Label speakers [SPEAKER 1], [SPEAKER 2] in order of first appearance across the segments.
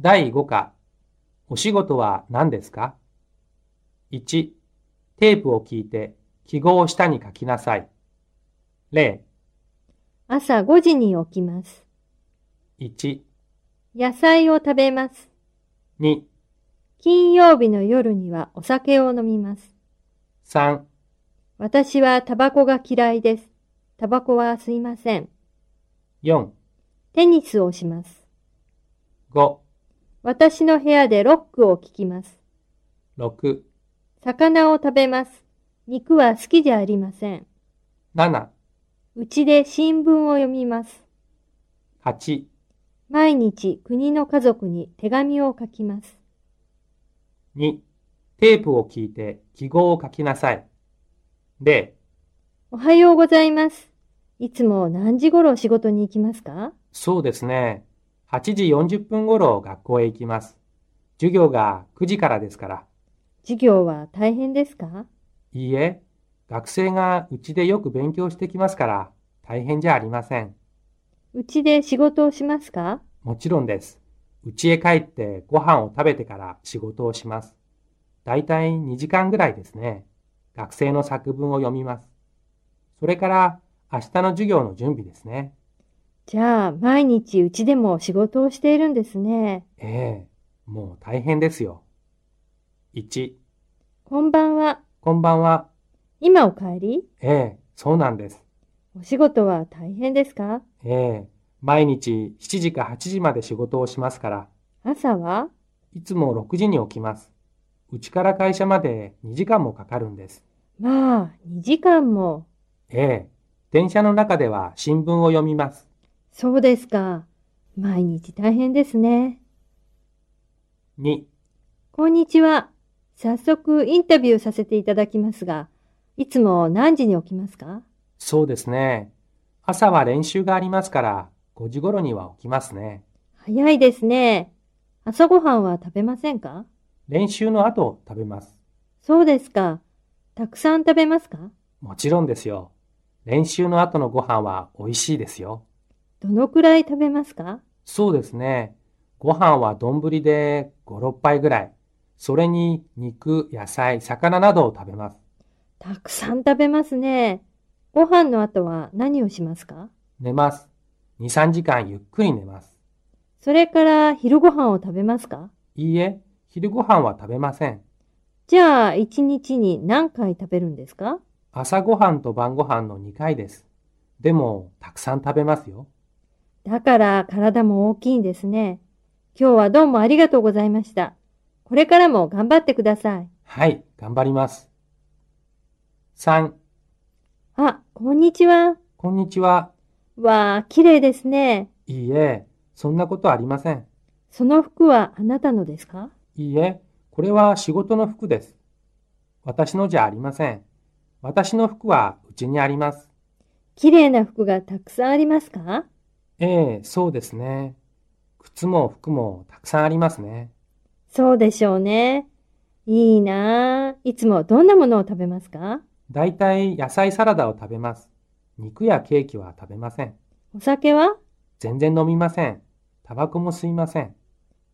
[SPEAKER 1] 第5課、お仕事は何ですか ?1、テープを聞いて記号を下に書きなさい。例
[SPEAKER 2] 朝5時に起きます。
[SPEAKER 1] 1、
[SPEAKER 2] 野菜を食べます。
[SPEAKER 1] 2、
[SPEAKER 2] 金曜日の夜にはお酒を飲みます。
[SPEAKER 1] 3、
[SPEAKER 2] 私はタバコが嫌いです。タバコは吸いません。
[SPEAKER 1] 4、
[SPEAKER 2] テニスをします。
[SPEAKER 1] 5、
[SPEAKER 2] 私の部屋でロックを聞きます。
[SPEAKER 1] 6、
[SPEAKER 2] 魚を食べます。肉は好きじゃありません。
[SPEAKER 1] 7、
[SPEAKER 2] うちで新聞を読みます。
[SPEAKER 1] 8、
[SPEAKER 2] 毎日国の家族に手紙を書きます。
[SPEAKER 1] 2、テープを聞いて記号を書きなさい。例
[SPEAKER 2] おはようございます。いつも何時頃仕事に行きますか
[SPEAKER 1] そうですね。8時40分頃学校へ行きます。授業が9時からですから。
[SPEAKER 2] 授業は大変ですか
[SPEAKER 1] いいえ、学生がうちでよく勉強してきますから、大変じゃありません。
[SPEAKER 2] うちで仕事をしますか
[SPEAKER 1] もちろんです。うちへ帰ってご飯を食べてから仕事をします。だいたい2時間ぐらいですね。学生の作文を読みます。それから明日の授業の準備ですね。
[SPEAKER 2] じゃあ、毎日うちでも仕事をしているんですね。
[SPEAKER 1] ええ、もう大変ですよ。1、
[SPEAKER 2] こんばんは。
[SPEAKER 1] こんばんは。
[SPEAKER 2] 今お帰り
[SPEAKER 1] ええ、そうなんです。
[SPEAKER 2] お仕事は大変ですか
[SPEAKER 1] ええ、毎日7時か8時まで仕事をしますから、
[SPEAKER 2] 朝はい
[SPEAKER 1] つも6時に起きます。うちから会社まで2時間もかかるんです。
[SPEAKER 2] まあ、2時間も。
[SPEAKER 1] ええ、電車の中では新聞を読みます。
[SPEAKER 2] そうですか。毎日大変ですね。
[SPEAKER 1] 2、
[SPEAKER 2] こんにちは。早速インタビューさせていただきますが、いつも何時に起きますか
[SPEAKER 1] そうですね。朝は練習がありますから、5時頃には起きますね。
[SPEAKER 2] 早いですね。朝ごはんは食べませんか
[SPEAKER 1] 練習の後食べます。
[SPEAKER 2] そうですか。たくさん食べますか
[SPEAKER 1] もちろんですよ。練習の後のご飯は美味しいですよ。
[SPEAKER 2] どのくらい食べますか
[SPEAKER 1] そうですね。ご飯は丼で5、6杯ぐらい。それに肉、野菜、魚などを食べます。
[SPEAKER 2] たくさん食べますね。ご飯の後は何をしますか
[SPEAKER 1] 寝ます。2、3時間ゆっくり寝ます。
[SPEAKER 2] それから昼ご飯を食べますか
[SPEAKER 1] いいえ、昼ご飯は食べません。
[SPEAKER 2] じゃあ一日に何回食べるんですか
[SPEAKER 1] 朝ごはんと晩ごはんの2回です。でも、たくさん食べますよ。
[SPEAKER 2] だから体も大きいんですね。今日はどうもありがとうございました。これからも頑張ってください。
[SPEAKER 1] はい、頑張ります。3、
[SPEAKER 2] あ、こんにちは。
[SPEAKER 1] こんにちは。
[SPEAKER 2] わあ、綺麗ですね。
[SPEAKER 1] いいえ、そんなことありません。
[SPEAKER 2] その服はあなたのですか
[SPEAKER 1] いいえ、これは仕事の服です。私のじゃありません。私の服はうちにあります。
[SPEAKER 2] 綺麗な服がたくさんありますか
[SPEAKER 1] ええ、そうですね。靴も服もたくさんありますね。
[SPEAKER 2] そうでしょうね。いいなあ。いつもどんなものを食べますか
[SPEAKER 1] だいたい野菜サラダを食べます。肉やケーキは食べません。
[SPEAKER 2] お酒は
[SPEAKER 1] 全然飲みません。タバコも吸いません。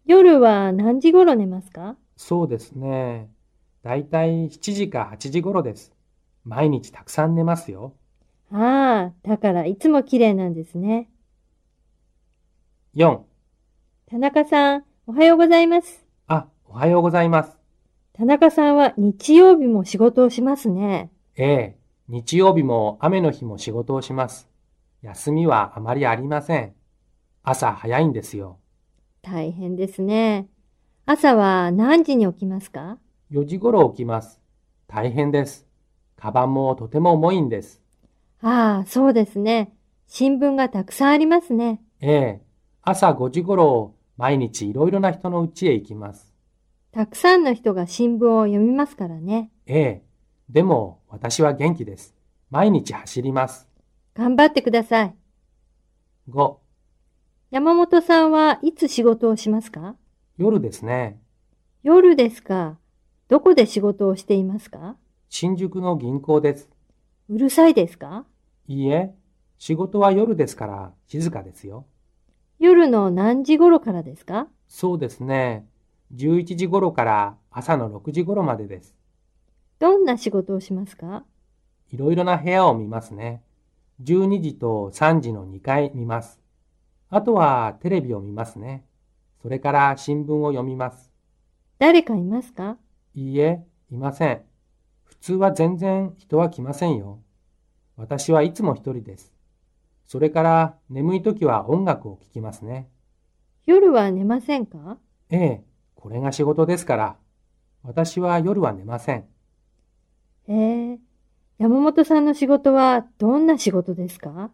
[SPEAKER 2] 夜は何時頃寝ますか
[SPEAKER 1] そうですね。だいたい7時か8時頃です。毎日たくさん寝ますよ。
[SPEAKER 2] ああ、だからいつも綺麗なんですね。
[SPEAKER 1] 4、
[SPEAKER 2] 田中さん、おはようございます。
[SPEAKER 1] あ、おはようございます。
[SPEAKER 2] 田中さんは日曜日も仕事をしますね。
[SPEAKER 1] ええ、日曜日も雨の日も仕事をします。休みはあまりありません。朝早いんですよ。
[SPEAKER 2] 大変ですね。朝は何時に起きますか
[SPEAKER 1] 4時頃起きます。大変です。カバンもとても重いんです。
[SPEAKER 2] ああ、そうですね。新聞がたくさんありますね。
[SPEAKER 1] ええ、朝5時頃、毎日いろいろな人の家へ行きます。
[SPEAKER 2] たくさんの人が新聞を読みますからね。
[SPEAKER 1] ええ、でも私は元気です。毎日走ります。
[SPEAKER 2] 頑張ってください。
[SPEAKER 1] 5、
[SPEAKER 2] 山本さんはいつ仕事をしますか
[SPEAKER 1] 夜ですね。
[SPEAKER 2] 夜ですか。どこで仕事をしていますか
[SPEAKER 1] 新宿の銀行です。
[SPEAKER 2] うるさいですか
[SPEAKER 1] いいえ、仕事は夜ですから静かですよ。
[SPEAKER 2] 夜の何時頃からですか
[SPEAKER 1] そうですね。11時頃から朝の6時頃までです。
[SPEAKER 2] どんな仕事をしますか
[SPEAKER 1] いろいろな部屋を見ますね。12時と3時の2回見ます。あとはテレビを見ますね。それから新聞を読みます。
[SPEAKER 2] 誰かいますか
[SPEAKER 1] いいえ、いません。普通は全然人は来ませんよ。私はいつも一人です。それから眠い時は音楽を聴きますね。
[SPEAKER 2] 夜は寝ませんか
[SPEAKER 1] ええ、これが仕事ですから。私は夜は寝ません。
[SPEAKER 2] へえ。山本さんの仕事はどんな仕事ですか